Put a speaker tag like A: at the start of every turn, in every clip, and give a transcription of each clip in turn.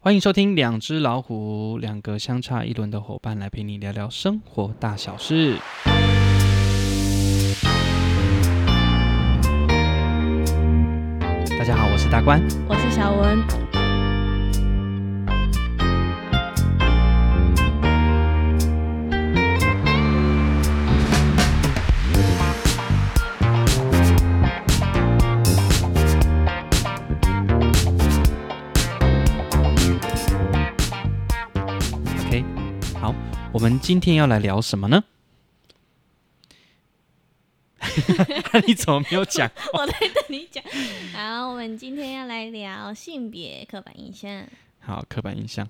A: 欢迎收听《两只老虎》，两个相差一轮的伙伴来陪你聊聊生活大小事。大家好，我是大关。
B: 我是小文。
A: OK，好，我们今天要来聊什么呢？ 你怎么没有讲？
B: 我在等你讲。好，我们今天要来聊性别刻板印象。
A: 好，刻板印象。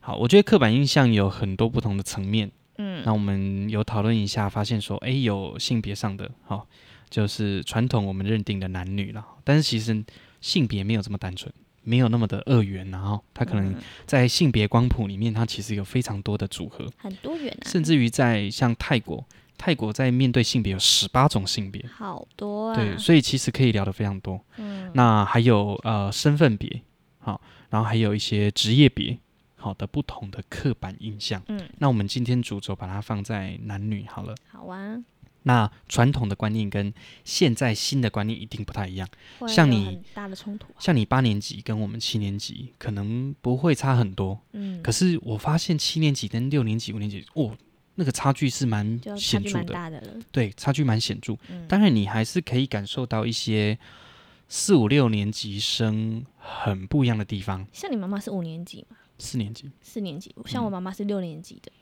A: 好，我觉得刻板印象有很多不同的层面。
B: 嗯
A: 那我们有讨论一下，发现说，诶，有性别上的，好、就是传统我们认定的男女啦，但是其实性别没有这么单纯，没有那么的二元、啊，然后它可能
B: 嗯
A: 在性别光谱里面，它其实有非常多的组合，
B: 很多元啊，
A: 甚至于在像泰国，泰国在面对性别有十八种性别，
B: 好多啊。
A: 对，所以其实可以聊得非常多。
B: 嗯，
A: 那还有呃身份别，好、然后还有一些职业别，好、的不同的刻板印象。
B: 嗯，
A: 那我们今天主轴把它放在男女好了。
B: 好啊。
A: 那传统的观念跟现在新的观念一定不太一样。
B: 会
A: 像
B: 有
A: 你
B: 很大的冲突啊。
A: 像你八年级跟我们七年级可能不会差很多，
B: 嗯，
A: 可是我发现七年级跟六年级、五年级，哦，那个差距是蛮
B: 就差
A: 显
B: 距
A: 著
B: 蛮
A: 的，
B: 大的了。
A: 对，差距蛮显著。
B: 嗯，
A: 当然，你还是可以感受到一些四五六年级生很不一样的地方。
B: 像你妈妈是五年级嘛，
A: 四年级
B: 四年级，
A: 嗯
B: 像我妈妈是六年级的。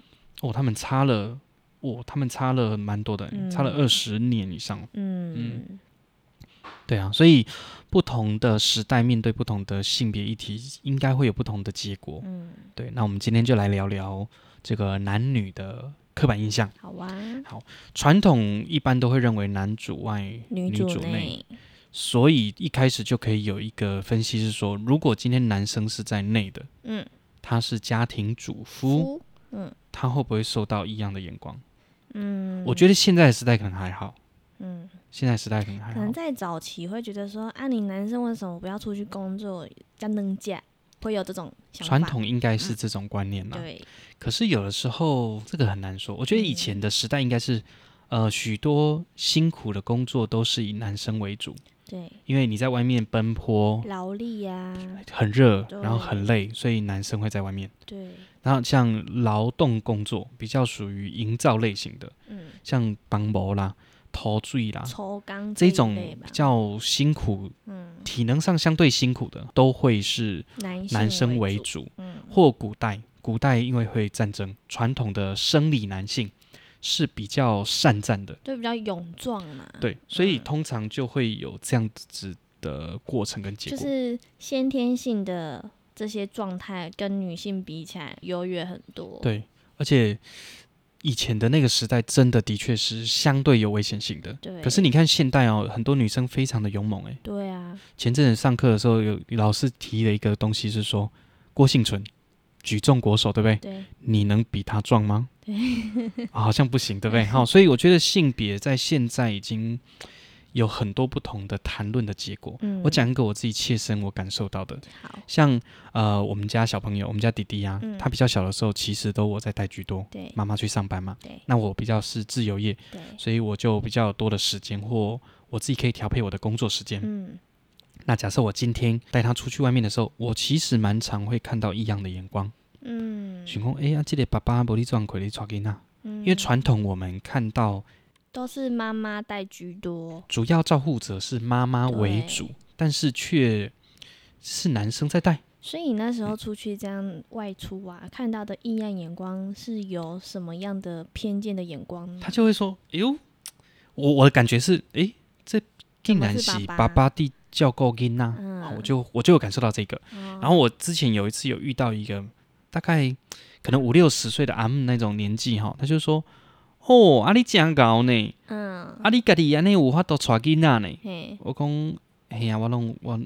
A: 哦，他们差了，哦，他们差了蛮多的，
B: 嗯
A: 差了二十年以上。
B: 嗯
A: 对啊，所以不同的时代面对不同的性别议题，应该会有不同的结果。
B: 嗯，
A: 对，那我们今天就来聊聊这个男女的刻板印象。
B: 好啊。
A: 传统一般都会认为男主外
B: 女
A: 主
B: 主
A: 内，，所以一开始就可以有一个分析是说，如果今天男生是在内的，
B: 嗯，
A: 他是家庭主夫，
B: 夫，
A: 他会不会受到异样的眼光？
B: 嗯，
A: 我觉得现在的时代可能还好，
B: 嗯。
A: 现在时代可能还
B: 可能
A: 好。
B: 在早期会觉得说，啊，你男生为什么不要出去工作，要能嫁，会有这种想法。嗯
A: 传统啊应该是这种观念啦、
B: 对，
A: 可是有的时候这个很难说。我觉得以
B: 嗯
A: 前的时代应该是，呃，许多辛苦的工作都是以男生为主，
B: 对，
A: 因为你在外面奔波
B: 劳力呀、
A: 很热，
B: 对
A: 然后很累，所以男生会在外面。
B: 对，
A: 然后像劳动工作比较属于营造类型的，
B: 嗯，
A: 像帮模啦、陶醉啦
B: 抽钢
A: 啊这
B: 一
A: 种
B: 类吧
A: 比较辛苦、
B: 嗯，
A: 体能上相对辛苦的，都会是
B: 男性
A: 男生
B: 为
A: 为
B: 主，
A: 主。
B: 嗯，
A: 或古代，古代因为会战争，传统的生理男性是比较善战的，
B: 就比较勇壮嘛。，
A: 对，所
B: 嗯
A: 以通常就会有这样子的过程跟结
B: 就
A: 果。
B: 是先天性的这些状态跟女性比起来优越很多。，
A: 对，而且以前的那个时代，真的的确是相对有危险性的。
B: 对
A: 可是你看现代哦，很多女生非常的勇猛诶。
B: 对啊，
A: 前阵子上课的时候，有老师提了一个东西，是说郭幸存举重国手，对不对？
B: 对，
A: 你能比他壮吗？
B: 对
A: 啊好像不行，对 不对？好，所以我觉得性别在现在已经有很多不同的谈论的结果。
B: 嗯，
A: 我讲一个我自己切身我感受到的，
B: 好，
A: 像呃，我们家小朋友，我们家弟弟啊，
B: 嗯
A: 他比较小的时候，其实都我在带居多，
B: 对
A: 妈妈去上班嘛
B: 对，
A: 那我比较是自由业，
B: 对，
A: 所以我就比较有多的时间或我自己可以调配我的工作时间。
B: 嗯，
A: 那假设我今天带他出去外面的时候，我其实蛮常会看到异样的眼光，
B: 嗯，
A: 想讲，哎、呀、啊，这个爸爸无你赚亏，你带囡仔。
B: 因
A: 因为传统我们看到
B: 都是妈妈带居多，
A: 主要照护者是妈妈为主，但是却是男生在带。
B: 所以你那时候出去这样外出啊，看到的异样眼光是有什么样的偏见的眼光呢？
A: 他就会说：“哎呦，我我的感觉是，哎，这竟然
B: 怎
A: 是
B: 么是爸
A: 爸
B: 爸
A: 爸弟叫够音呐。
B: 嗯
A: 啊我就我就有感受到这个。然后我之前有一次有遇到一个大概可能五六十岁的阿姆那种年纪哈，他就说：“哦，啊你真搞呢，
B: 嗯，
A: 啊你家己安尼有法度带囡仔呢。”
B: 嘿，
A: 我讲：“嘿呀、啊，我拢我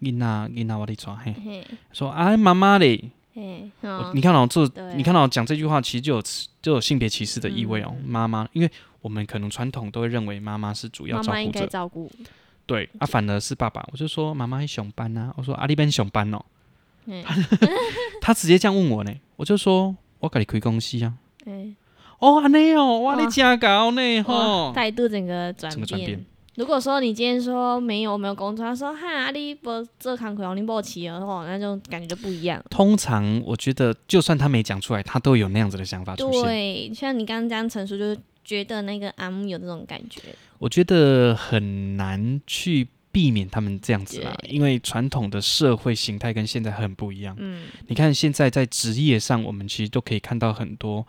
A: 囡仔囡仔我咧带嘿。”
B: 嘿，
A: 说啊，妈妈嘞，
B: 嘿，
A: 我
B: 嗯
A: 哦你看到、这
B: 对，
A: 你看到、讲这句话，其实就有就有性别歧视的意味哦。
B: 嗯
A: 妈妈，因为我们可能传统都会认为妈妈是主要
B: 妈
A: 照
B: 妈应
A: 顾
B: 该
A: 者，
B: 照顾，
A: 对啊，反而是爸爸。我就说妈妈会上班啊，我说阿里边上班哦，
B: 嘿，
A: 他他直接这样问我呢，我就说我给你开公司啊。
B: 哎、
A: 哦，安尼哦，哇，
B: 哇
A: 你真搞呢
B: 哇
A: 吼，
B: 态度整个转
A: 哦整个转变
B: 变。如果说你今天说没有我没有工作，他说哈啊你不这行可能你不起的哦话，那就感觉就不一样。
A: 通常我觉得，就算他没讲出来，他都有那样子的想法啊出现。
B: 对，像你刚刚这样陈述，就是觉得那个阿木有这种感觉，
A: 我觉得很难去避免他们这样子啦，
B: 对
A: 因为传统的社会形态跟现在很不一样。
B: 嗯，
A: 你看现在在职业上，我们其实都可以看到很多，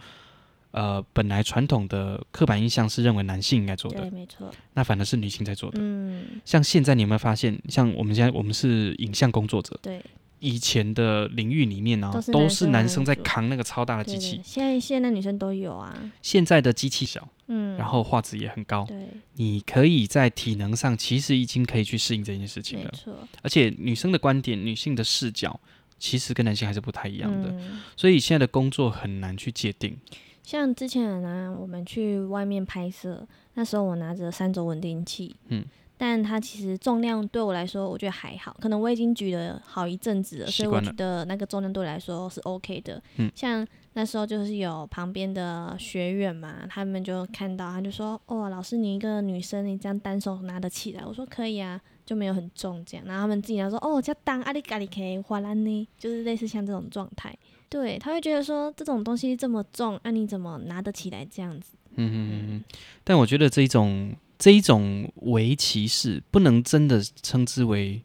A: 呃，本来传统的刻板印象是认为男性应该做
B: 对，
A: 的，
B: 没错，
A: 那反而是女性在做的。
B: 嗯，
A: 像现在你有没有发现，像我们现在我们是影像工作者，
B: 对，
A: 以前的领域里面呢、
B: 都是
A: 都
B: 男
A: 是
B: 生
A: 男
B: 来
A: 生在
B: 做
A: 扛那个超大的
B: 对
A: 机器
B: 对，，现在现在女生都有啊，
A: 现在的机器小，
B: 嗯，
A: 然后画质也很高，
B: 对，
A: 你可以在体能上其实已经可以去适应这件事情
B: 没
A: 了。
B: 错，
A: 而且女生的观点、女性的视角，其实跟男性还是不太一样的，
B: 嗯
A: 所以现在的工作很难去界定。
B: 像之前呢、我们去外面拍摄，那时候我拿着三轴稳定器，
A: 嗯，
B: 但它其实重量对我来说，我觉得还好，可能我已经举了好一阵子了，
A: 习
B: 所以我
A: 惯
B: 觉
A: 了
B: 得那个重量对我来说是 OK 的。
A: 嗯
B: 像那时候就是有旁边的学员嘛，他们就看到，他就说：“哦，老师，你一个女生，你这样单手拿得起来？”我说：“可以啊。”就没有很重这样，然后他们自己来说，哦，这当阿里咖喱可以花兰呢，啊就是类似像这种状态。对，他会觉得说这种东西这么重，那、你怎么拿得起来这样子？
A: 嗯嗯嗯嗯。但我觉得这一种这一种为歧视，不能真的称之为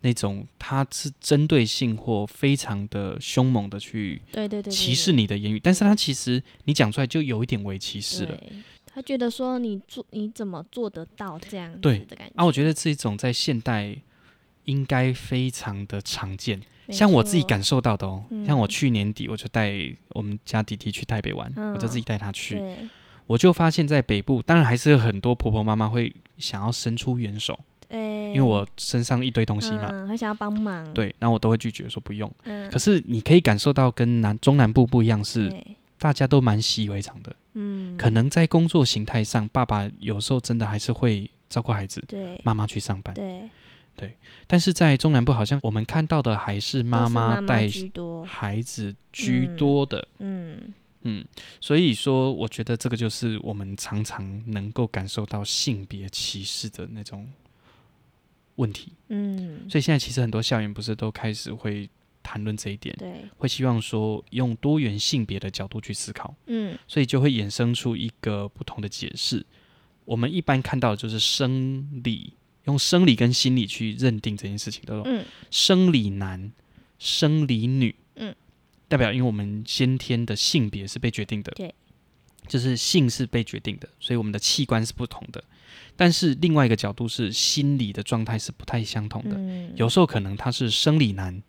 A: 那种它是针对性或非常的凶猛的去
B: 对对对对
A: 歧视你的言语，但是它其实你讲出来就有一点为歧视了。
B: 对他觉得说你做你怎么做得到这样
A: 对
B: 子的感觉？
A: 啊，我觉得这种在现代应该非常的常见，
B: 没
A: 像我自己
B: 错，
A: 感受到的哦，
B: 嗯
A: 像我去年底我就带我们家弟弟去台北玩，我就自己带他去，
B: 嗯对
A: 我就发现，在北部当然还是有很多婆婆妈妈会想要伸出援手，
B: 对，
A: 因为我身上一堆东西嘛，
B: 嗯，会想要帮忙，，
A: 对，然后我都会拒绝说不用。
B: 嗯，
A: 可是你可以感受到跟南中南部不一样，是
B: 对
A: 大家都蛮习以为常的。
B: 嗯，
A: 可能在工作形态上，爸爸有时候真的还是会照顾孩子，
B: 对
A: 妈妈去上班。
B: 对，
A: 但是在中南部，好像我们看到的还是
B: 都
A: 妈
B: 是
A: 妈带
B: 居多，
A: 孩子居多的。
B: 嗯，
A: 嗯所以说我觉得这个就是我们常常能够感受到性别歧视的那种问题。
B: 嗯，
A: 所以现在其实很多校园不是都开始会谈论这一点，
B: 对，
A: 会希望说用多元性别的角度去思考。
B: 嗯，
A: 所以就会衍生出一个不同的解释。我们一般看到的就是生理，用生理跟心理去认定这件事情的咯，
B: 嗯，
A: 生理男、生理女，
B: 嗯，
A: 代表因为我们先天的性别是被决定的，
B: 对，
A: 就是性是被决定的，所以我们的器官是不同的。但是另外一个角度是心理的状态是不太相同的，
B: 嗯，
A: 有时候可能他是生理男、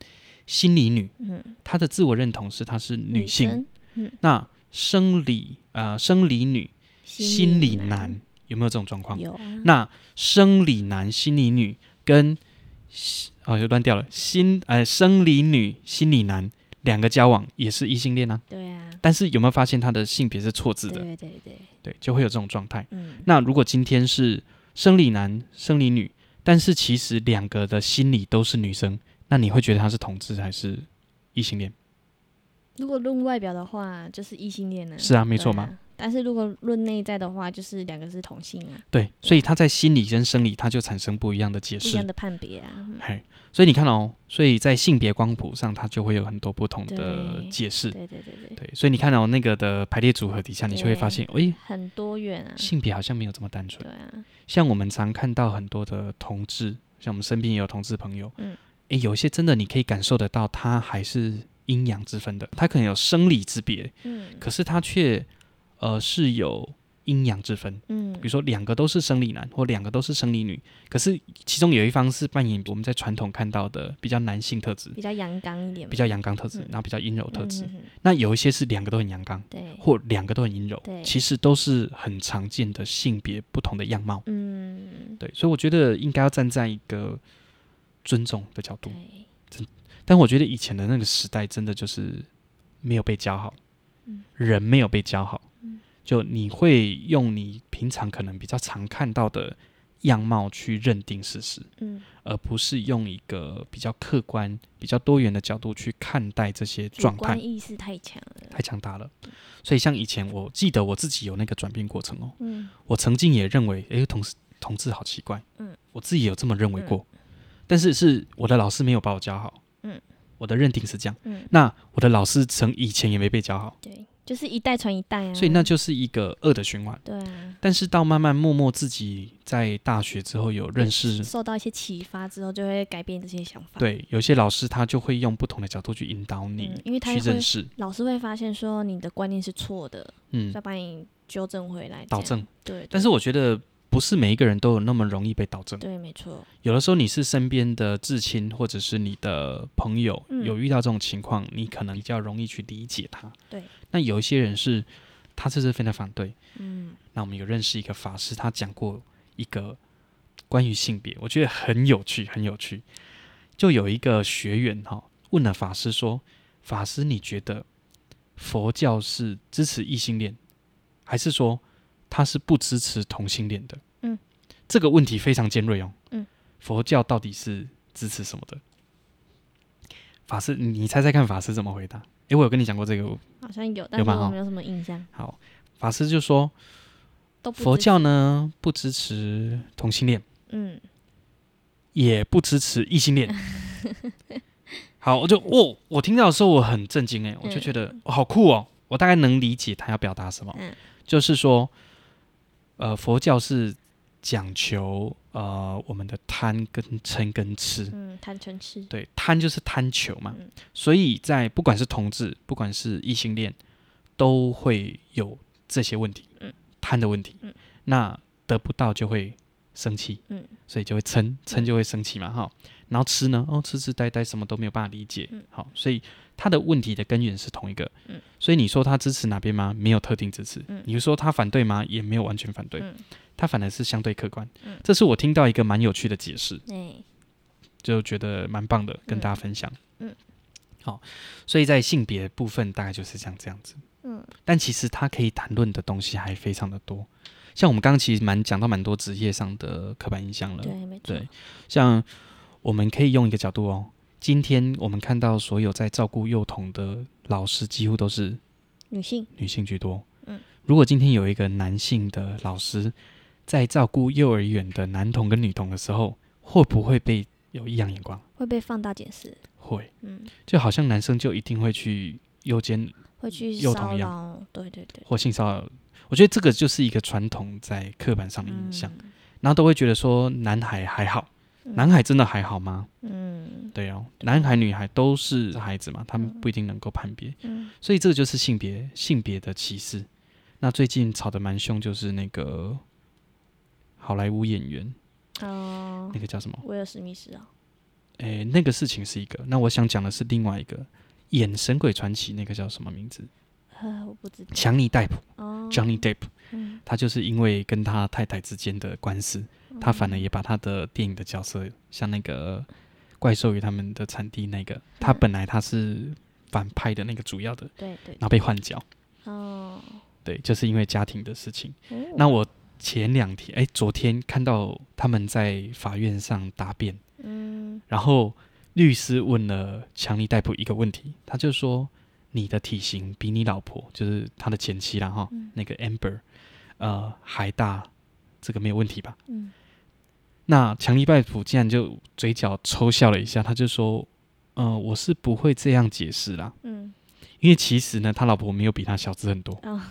A: 心理女，
B: 嗯
A: 他的自我认同是他是女性，
B: 生
A: 那生理呃生理女、心理
B: 男
A: 男有没有这种状况？
B: 有啊，
A: 那生理男、心理女跟哦又乱掉了，心呃生理女、心理男两个交往也是异性恋啊，
B: 对啊，
A: 但是有没有发现他的性别是错字的？
B: 对对对，
A: 对，就会有这种状态。
B: 嗯，
A: 那如果今天是生理男、生理女，但是其实两个的心理都是女生，那你会觉得他是同志还是异性恋？
B: 如果论外表的话，就是异性恋呢，
A: 是啊，没
B: 没
A: 错嘛。
B: 但是如果论内在的话，就是两个是同性啊，
A: 对，所以他在心理跟生理，他就产生不一样的解
B: 不一样
A: 释。
B: 的判别啊。嗯
A: 嘿，所以你看哦，所以在性别光谱上，它就会有很多不同的
B: 对
A: 解释。
B: 对对对对，
A: 对，所以你看哦，那个的排列组合底下，你就会发现，诶，
B: 很多元啊。
A: 性别好像没有这么单纯。
B: 对啊，
A: 像我们常看到很多的同志，像我们身边也有同志朋友，
B: 嗯
A: 诶，有一些真的你可以感受得到，他还是阴阳之分的，他可能有生理之别，
B: 嗯
A: 可是他却呃是有阴阳之分。
B: 嗯
A: 比如说两个都是生理男或两个都是生理女，可是其中有一方是扮演我们在传统看到的比较男性特质，
B: 比较阳刚一点嘛，
A: 比较阳刚特质
B: 嗯，
A: 然后比较阴柔特质。
B: 嗯嗯嗯
A: 那有一些是两个都很阳刚，
B: 对，
A: 或两个都很阴柔，
B: 对
A: 其实都是很常见的性别不同的样貌。
B: 嗯，
A: 对，所以我觉得应该要站在一个尊重的角度
B: 对，，
A: 但我觉得以前的那个时代真的就是没有被教好，
B: 嗯
A: 人没有被教好，
B: 嗯
A: 就你会用你平常可能比较常看到的样貌去认定事实，
B: 嗯，
A: 而不是用一个比较客观、比较多元的角度去看待这些
B: 主
A: 状态
B: 观，意识太强了，
A: 太强大了。所以像以前，我记得我自己有那个转变过程哦，
B: 嗯
A: 我曾经也认为，诶，同事同志好奇怪，
B: 嗯，
A: 我自己有这么认为过，但是是我的老师没有把我教好，
B: 嗯，
A: 我的认定是这样。
B: 嗯，
A: 那我的老师从以前也没被教好，
B: 对，就是一代传一代啊，
A: 所以那就是一个恶的循环。
B: 对啊，
A: 但是到慢慢默默自己在大学之后有认识，
B: 受到一些启发之后，就会改变这些想法，
A: 对，有些老师他就会用不同的角度去引导你、
B: 嗯，因为他
A: 去认
B: 会
A: 识，
B: 老师会发现说你的观念是错的，
A: 嗯，
B: 再把你纠正回来，
A: 导
B: 这样，
A: 正。
B: 对，对
A: 但是我觉得不是每一个人都有那么容易被导正，
B: 对，没错，
A: 有的时候你是身边的至亲或者是你的朋友、
B: 嗯
A: 有遇到这种情况，你可能比较容易去理解他。
B: 对，
A: 那有一些人是他这是非常反对，
B: 嗯
A: 那我们有认识一个法师，他讲过一个关于性别，我觉得很有趣，很有趣。就有一个学员哈、问了法师说：“法师，你觉得佛教是支持异性恋，还是说他是不支持同性恋的？”
B: 嗯，
A: 这个问题非常尖锐哦。
B: 嗯，
A: 佛教到底是支持什么的？法师，你你猜猜看，法师怎么回答？诶，我有跟你讲过这个。
B: 好像有，但是
A: 吧哈
B: 我没有什么印象，
A: 好，法师就说
B: 都不
A: 佛
B: 知，
A: 教呢不支持同性恋，
B: 嗯，
A: 也不支持异性 恋。好，我就哦，我听到的时候我很震惊哎，我就觉得、哦好酷哦，我大概能理解他要表达什么，
B: 嗯
A: 就是说，呃，佛教是讲求呃我们的贪跟嗔跟痴，
B: 嗯，贪嗔痴，
A: 对，贪就是贪求嘛，
B: 嗯
A: 所以在不管是同志，不管是异性恋，都会有这些问题，
B: 嗯
A: 贪的问题，
B: 嗯
A: 那得不到就会生气，
B: 嗯
A: 所以就会嗔，嗔就会生气嘛，哈，然后吃呢，哦，痴痴呆呆，什么都没有办法理解，
B: 嗯
A: 好，所以他的问题的根源是同一个，
B: 嗯
A: 所以你说他支持哪边吗？没有特定支持，
B: 嗯
A: 你说他反对吗？也没有完全反对，
B: 嗯
A: 他反而是相对客观，
B: 嗯
A: 这是我听到一个蛮有趣的解释，
B: 哎，
A: 就觉得蛮棒的，跟
B: 嗯
A: 大家分享。
B: 嗯
A: 好，所以在性别部分大概就是像这样子，
B: 嗯
A: 但其实它可以谈论的东西还非常的多。像我们刚刚其实蛮讲到蛮多职业上的刻板印象了，
B: 对，没错，
A: 对像我们可以用一个角度哦，今天我们看到所有在照顾幼童的老师几乎都是
B: 女性，
A: 女性居多。
B: 嗯，
A: 如果今天有一个男性的老师在照顾幼儿园的男童跟女童的时候，会不会被有异样眼光？
B: 会被放大检视，
A: 会。
B: 嗯，
A: 就好像男生就一定会去诱奸
B: 会去
A: 幼童
B: 骚
A: 一样
B: 扰，对对对，
A: 或性骚扰，我觉得这个就是一个传统在刻板上的印象，然后都会觉得说男孩还好，
B: 嗯
A: 男孩真的还好吗？
B: 嗯
A: 对哦，男孩女孩都是孩子嘛，他们
B: 嗯
A: 不一定能够判别，
B: 嗯
A: 所以这个就是性别性别的歧视。那最近吵得蛮凶，就是那个好莱坞演员，
B: 哦
A: 那，个叫什么？
B: 威尔史密斯啊，
A: 诶，那个事情是一个。那我想讲的是另外一个，演《神鬼传奇》那个叫什么名字？
B: 呃，我不知道
A: 强尼戴普
B: 哦
A: （Johnny Depp）。
B: 嗯
A: 他就是因为跟他太太之间的官司，他反而也把他的电影的角色，像那个怪兽与他们的产地那个，他本来他是反派的那个主要的，
B: 对对
A: 然后被换角，
B: 哦，
A: 对，就是因为家庭的事情。
B: 哦
A: 那我前两天，哎，昨天看到他们在法院上答辩，
B: 嗯
A: 然后律师问了强尼戴普一个问题，他就说你的体型比你老婆，就是他的前妻啦哈，
B: 嗯
A: 那个 Amber，呃，还大，这个没有问题吧？
B: 嗯
A: 那强尼拜普竟然就嘴角抽笑了一下，他就说：“嗯、我是不会这样解释啦，
B: 嗯
A: 因为其实呢，他老婆没有比他小只很多，
B: 哦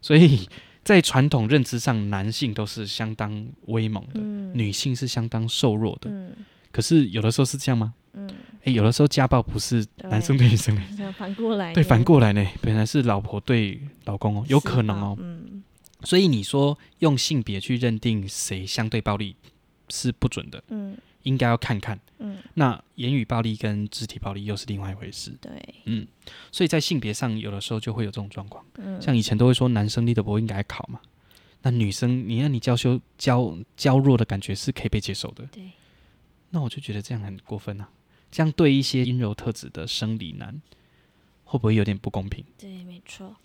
A: 所以在传统认知上，男性都是相当威猛的，
B: 嗯
A: 女性是相当瘦弱的。
B: 嗯
A: 可是有的时候是这样吗？
B: 嗯，
A: 诶，有的时候家暴不是
B: 对哎
A: 男生对女生的，
B: 想反过来
A: 对，
B: 呢
A: 反过来呢，本来是老婆对老公哦，有
B: 是
A: 可能
B: 吧
A: 哦。
B: 嗯
A: 所以你说用性别去认定谁相对暴力是不准的，
B: 嗯
A: 应该要看看。”
B: 嗯，
A: 那言语暴力跟肢体暴力又是另外一回事，嗯
B: 对，
A: 所以在性别上有的时候就会有这种状况。
B: 嗯
A: 像以前都会说男生力的不应该考嘛，那女生你让你娇羞娇娇弱的感觉是可以被接受的。
B: 对，
A: 那我就觉得这样很过分啊，这样对一些阴柔特质的生理男会不会有点不公平？
B: 对，没错，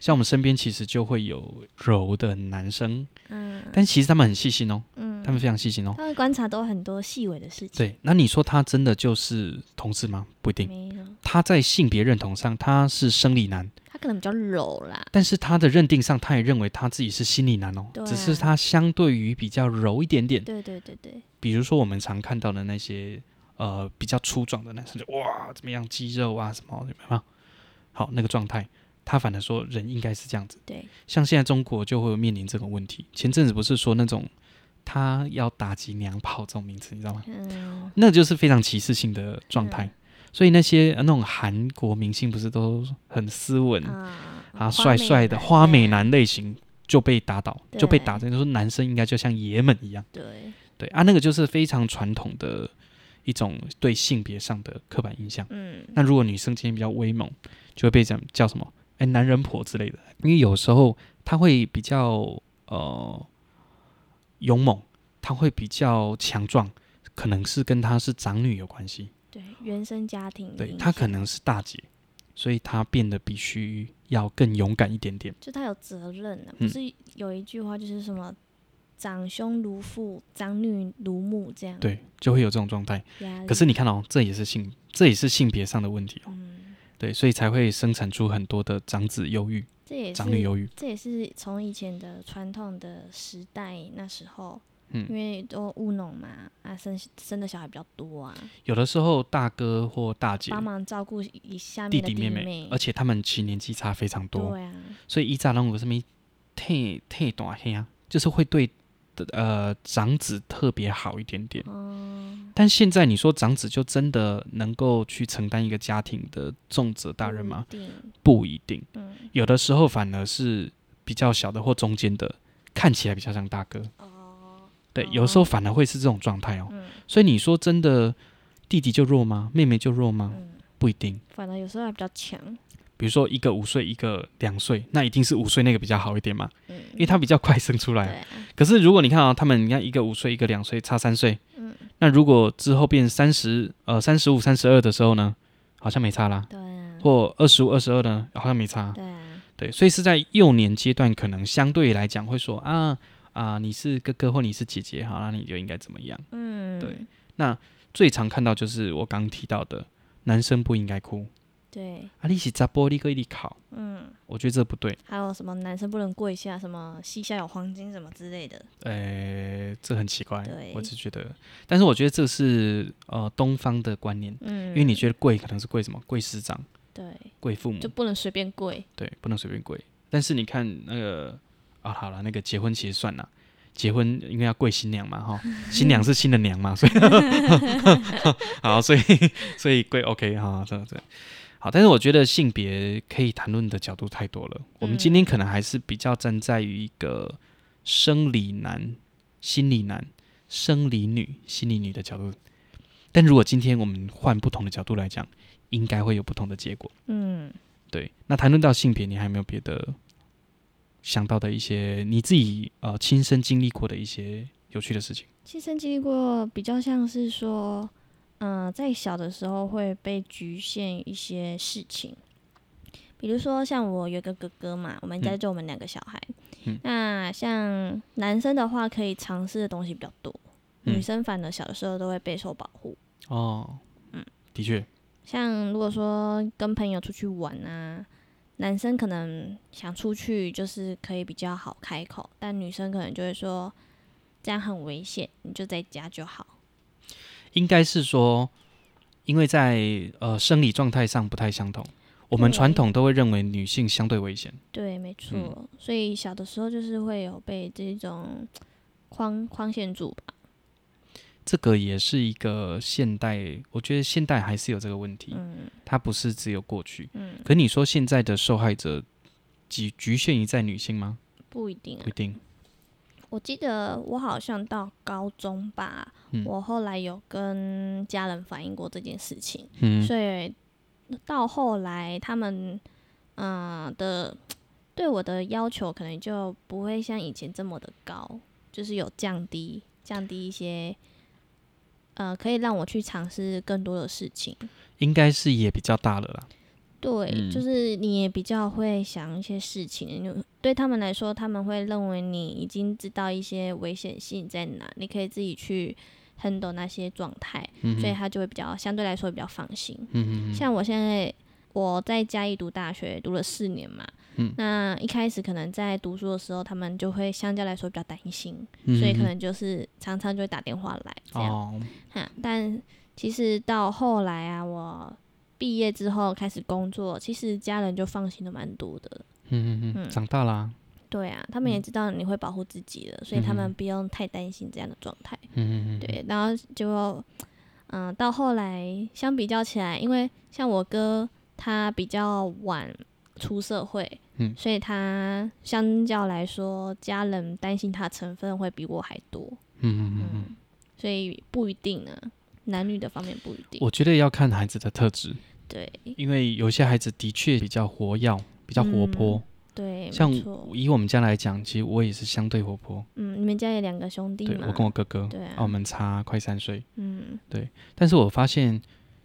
A: 像我们身边其实就会有柔的男生，
B: 嗯
A: 但其实他们很细心哦，
B: 嗯，
A: 他们非常细心哦。
B: 他会观察到很多细微的事情，
A: 对，那你说他真的就是同志吗？不一定。
B: 没有，
A: 他在性别认同上他是生理男，
B: 他可能比较柔啦，
A: 但是他的认定上他也认为他自己是心理男哦，
B: 对啊
A: 只是他相对于比较柔一点点。
B: 对对对对，
A: 比如说我们常看到的那些呃比较粗壮的男生就，哇怎么样肌肉啊什么有没有？好那个状态，他反而说人应该是这样子。
B: 对，
A: 像现在中国就会面临这个问题。前阵子不是说那种他要打击娘炮这种名词，你知道吗？
B: 嗯，
A: 那就是非常歧视性的状态。
B: 嗯
A: 所以那些呃那种韩国明星不是都很斯文
B: 啊
A: 啊，帅帅的花美，男类型就被打倒，
B: 对
A: 就被打成说男生应该就像爷们一样。
B: 对对，
A: 对啊，那个就是非常传统的一种对性别上的刻板印象。
B: 嗯，
A: 那如果女生今天比较威猛，就会被讲叫什么？哎，男人婆之类的。因为有时候她会比较呃勇猛，她会比较强壮，可能是跟她是长女有关系。
B: 对，原生家庭，
A: 对她可。能是大姐，所以她变得必须要更勇敢一点点。
B: 就他有责任啊，
A: 嗯
B: 不是有一句话就是什么“长兄如父，长女如母”这样。
A: 对，就会有这种状态。
B: 压力。
A: 可是你看哦，这也是性，这也是性别上的问题哦。
B: 嗯，
A: 对，所以才会生产出很多的长子忧郁、
B: 这也
A: 长女
B: 是
A: 忧郁。
B: 这也是从以前的传统的时代那时候，
A: 嗯
B: 因为都务农嘛，啊生生的小孩比较多啊，
A: 有的时候大哥或大姐
B: 帮忙照顾一下
A: 弟
B: 面的
A: 弟
B: 弟
A: 妹妹，而且他们其实年纪差非常多，
B: 对啊，
A: 所以一扎龙有什么太太短黑啊，就是会对呃长子特别好一点点。
B: 嗯，
A: 但现在你说长子就真的能够去承担一个家庭的重责大任吗？
B: 不一定？
A: 不一定，
B: 嗯，
A: 有的时候反而是比较小的或中间的，看起来比较像大哥。
B: 哦，
A: 对
B: 哦，
A: 有时候反而会是这种状态哦。
B: 嗯
A: 所以你说真的，弟弟就弱吗？妹妹就弱吗？
B: 嗯，
A: 不一定。
B: 反而有时候还比较强，
A: 比如说一个五岁，一个两岁，那一定是五岁那个比较好一点嘛，
B: 嗯，
A: 因为他比较快生出来。
B: 对啊，
A: 可是如果你看啊、他们你看一个五岁，一个两岁，差三岁，
B: 嗯，
A: 那如果之后变三十呃三十五、三十二的时候呢，好像没差啦。
B: 对啊，
A: 或二十五、二十二呢，好像没差，
B: 对啊，
A: 对，所以是在幼年阶段，可能相对来讲会说啊啊，你是哥哥或你是姐姐，好，那你就应该怎么样？
B: 嗯，
A: 对最常看到就是我刚提到的，男生不应该哭
B: 对，
A: 啊，你是砸玻璃个一考，
B: 嗯，
A: 我觉得这不对，啊
B: 还有什么男生不能跪下，什么膝下有黄金什么之类的，
A: 呃，这很奇怪
B: 对，
A: 我只觉得，但是我觉得这是呃东方的观念，
B: 嗯，
A: 因为你觉得跪可能是跪什么，跪师长、
B: 对
A: 跪父母
B: 就，不能随便跪，
A: 对，不能随便跪。但是你看那个啊，好了，那个结婚其实算了。结婚因为要跪新娘嘛，哈，新娘是新的娘嘛，所以 好，所以所以跪 OK 哈，这这好。但是我觉得性别可以谈论的角度太多了，我们今天可能还是比较站在于一个生理男、心理男、生理女、心理女的角度。但如果今天我们换不同的角度来讲，应该会有不同的结果。
B: 嗯，
A: 对，那谈论到性别，你还有没有别的想到的一些你自己呃亲身经历过的一些有趣的事情？
B: 亲身经历过，比较像是说，嗯、在小的时候会被局限一些事情，比如说像我有一个哥哥嘛，我们家
A: 嗯
B: 就我们两个小孩，
A: 嗯
B: 那像男生的话可以尝试的东西比较多，
A: 嗯
B: 女生反而小的时候都会备受保护。
A: 哦，
B: 嗯，
A: 的确，
B: 像如果说跟朋友出去玩啊，男生可能想出去就是可以比较好开口，但女生可能就会说这样很危险，你就在家就好。
A: 应该是说，因为在呃生理状态上不太相同，我们
B: 对
A: 传统都会认为女性相对危险。
B: 对，没错。
A: 嗯
B: 所以小的时候就是会有被这种框框限住吧。
A: 这个也是一个现代，我觉得现代还是有这个问题，
B: 嗯
A: 它不是只有过去。
B: 嗯，
A: 可你说现在的受害者局局限于在女性吗？
B: 不一定啊
A: 不一。定。
B: 我记得我好像到高中吧，
A: 嗯
B: 我后来有跟家人反映过这件事情，
A: 嗯
B: 所以到后来他们嗯、呃的对我的要求可能就不会像以前这么的高，就是有降低降低一些。呃，可以让我去尝试更多的事情，
A: 应该是也比较大了啦。
B: 对，
A: 嗯
B: 就是你也比较会想一些事情，你对他们来说，他们会认为你已经知道一些危险性在哪，你可以自己去 handle 那些状态，
A: 嗯
B: 所以
A: 哼，
B: 他就会比较相对来说比较放心。
A: 嗯哼
B: 像我现在我在嘉义读大学，读了四年嘛，
A: 嗯
B: 那一开始可能在读书的时候，他们就会相较来说比较担心，
A: 哼，
B: 所以
A: 嗯
B: 可
A: 哼
B: 能就是常常就会打电话来这样。
A: 哦，
B: 哈，但其实到后来啊，我毕业之后开始工作，其实家人就放心的蛮多的。
A: 嗯嗯嗯，
B: 嗯
A: 长大啦，
B: 对啊，他们
A: 嗯
B: 也知道你会保护自己了，所以他们不用太担心这样的状态。
A: 嗯嗯嗯，
B: 对，然后就，嗯、到后来相比较起来，因为像我哥他比较晚出社会，
A: 嗯
B: 所以他相较来说，家人担心他的成分会比我还多，
A: 嗯嗯嗯嗯，
B: 所以不一定呢，男女的方面不一定。
A: 我觉得要看孩子的特质，
B: 对
A: 因为有些孩子的确比较活跃，比较活泼。
B: 嗯对，
A: 像
B: 没错，
A: 以我们家来讲，其实我也是相对活泼，
B: 嗯，你们家有两个兄弟
A: 对
B: 吗？
A: 我哦跟我哥哥，
B: 对啊
A: 我们差快三岁，
B: 嗯
A: 但是我发现，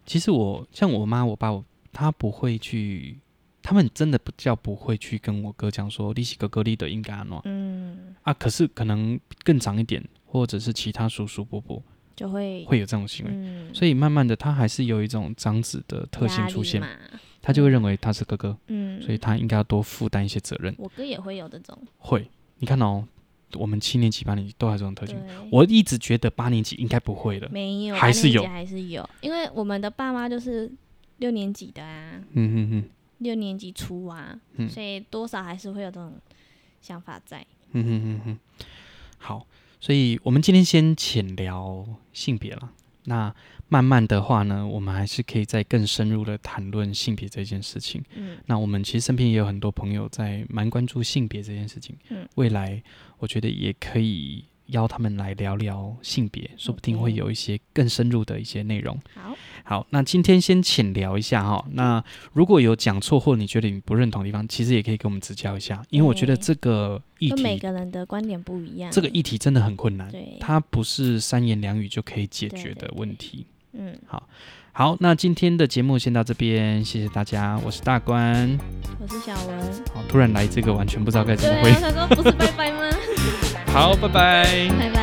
A: 其实我像我妈、我爸，我他不会去，他们真的不叫不会去跟我哥讲说利息哥哥利的应该安诺
B: 嗯，
A: 啊。可是可能更长一点，或者是其他叔叔伯伯
B: 就会
A: 会有这种行为，
B: 嗯，
A: 所以慢慢的他还是有一种长子的特
B: 压
A: 性
B: 力
A: 出现，
B: 嘛，
A: 他就会认为他是哥哥，
B: 嗯，
A: 所以他应该要多负担一些责任。
B: 我哥也会有这种，
A: 会，你看哦，我们七年级、八年级都还有这种特
B: 对
A: 性。，我一直觉得八年级应该不会的，
B: 没有，
A: 还
B: 八
A: 是
B: 年级
A: 有
B: 还是有，因为我们的爸妈就是六年级的啊，
A: 嗯嗯嗯
B: 六年级初啊，
A: 嗯
B: 所以多少还是会有这种想法在。
A: 嗯哼哼哼，好，所以我们今天先浅聊性别了。那慢慢的话呢，我们还是可以再更深入的谈论性别这件事情。
B: 嗯
A: 那我们其实身边也有很多朋友在蛮关注性别这件事情。
B: 嗯，
A: 未来我觉得也可以邀他们来聊聊性别，说不定
B: OK
A: 会有一些更深入的一些内容。
B: 好，
A: 好，那今天先浅聊一下哈、那如果有讲错或你觉得你不认同的地方，其实也可以给我们指教一下，因为我觉得
B: 对
A: 这个议
B: 嗯就每
A: 题，
B: 个人的观点不一样。
A: 这个议题真的很困难，
B: 对，
A: 它不是三言两语就可以解决
B: 对对
A: 的
B: 对
A: 问题。
B: 嗯，
A: 好，那今天的节目先到这边，谢谢大家，我是大关。
B: 我是小文。
A: 好，突然来这个完全不知道该怎
B: 对
A: 么回
B: 啊，。他说不是拜拜吗？
A: 好，拜拜。
B: 拜拜。